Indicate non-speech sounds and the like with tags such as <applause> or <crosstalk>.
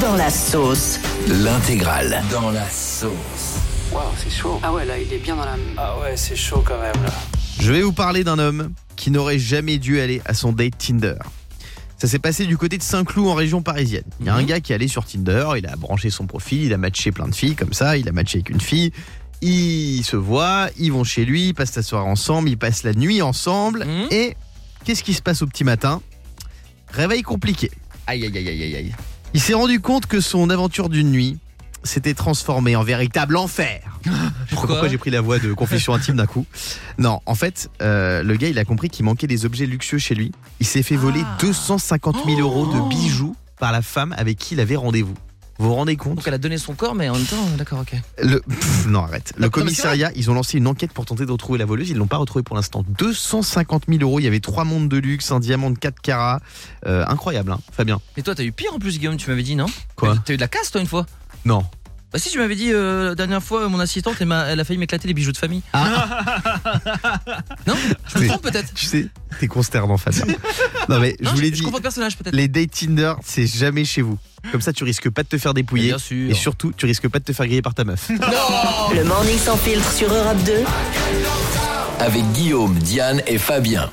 Dans la sauce. L'intégrale. Dans la sauce. Waouh, c'est chaud. Ah ouais, là, il est bien dans la. Ah ouais, c'est chaud quand même là. Je vais vous parler d'un homme qui n'aurait jamais dû aller à son date Tinder. Ça s'est passé du côté de Saint-Cloud en région parisienne. Il y a un gars qui allait sur Tinder, il a branché son profil, il a matché plein de filles comme ça, il a matché avec une fille. Ils se voient, ils vont chez lui, ils passent la soirée ensemble, ils passent la nuit ensemble. Mhm. Et qu'est-ce qui se passe au petit matin Réveil compliqué. Aïe, aïe, aïe, aïe, aïe, aïe. Il s'est rendu compte que son aventure d'une nuit s'était transformée en véritable enfer. Je sais pas <laughs> Pourquoi pourquoi j'ai pris la voix de confession intime d'un coup Non, en fait, euh, le gars, il a compris qu'il manquait des objets luxueux chez lui. Il s'est fait voler Ah. 250 000 euros Oh. de bijoux par la femme avec qui il avait rendez-vous. Vous vous rendez compte Donc elle a donné son corps, mais en même temps, euh, d'accord, ok. le... Pff, Non, arrête. Non, mais Le c'est vrai. commissariat, ils ont lancé une enquête pour tenter de retrouver la voleuse. Ils l'ont pas retrouvée pour l'instant. 250 000 euros. Il y avait trois montres de luxe, un diamant de 4 carats. Euh, incroyable, hein, Fabien Mais toi, t'as eu pire en plus, Guillaume, tu m'avais dit, non Quoi T'as eu de la casse, toi, une fois Non. Bah si, tu m'avais dit, euh, la dernière fois, euh, mon assistante, elle, m'a- elle a failli m'éclater les bijoux de famille. non Je me Ah. Oui. trompe peut-être Tu sais, t'es <laughs> consternant, Fabien. non, mais je Non, vous l'ai Je dit, comprends le personnage peut-être. les dates Tinder, c'est jamais chez vous. Comme ça, tu risques pas de te faire dépouiller. Bien sûr. Et surtout, tu risques pas de te faire griller par ta meuf. Le morning sans filtre sur Europe 2. Avec Guillaume, Diane et Fabien.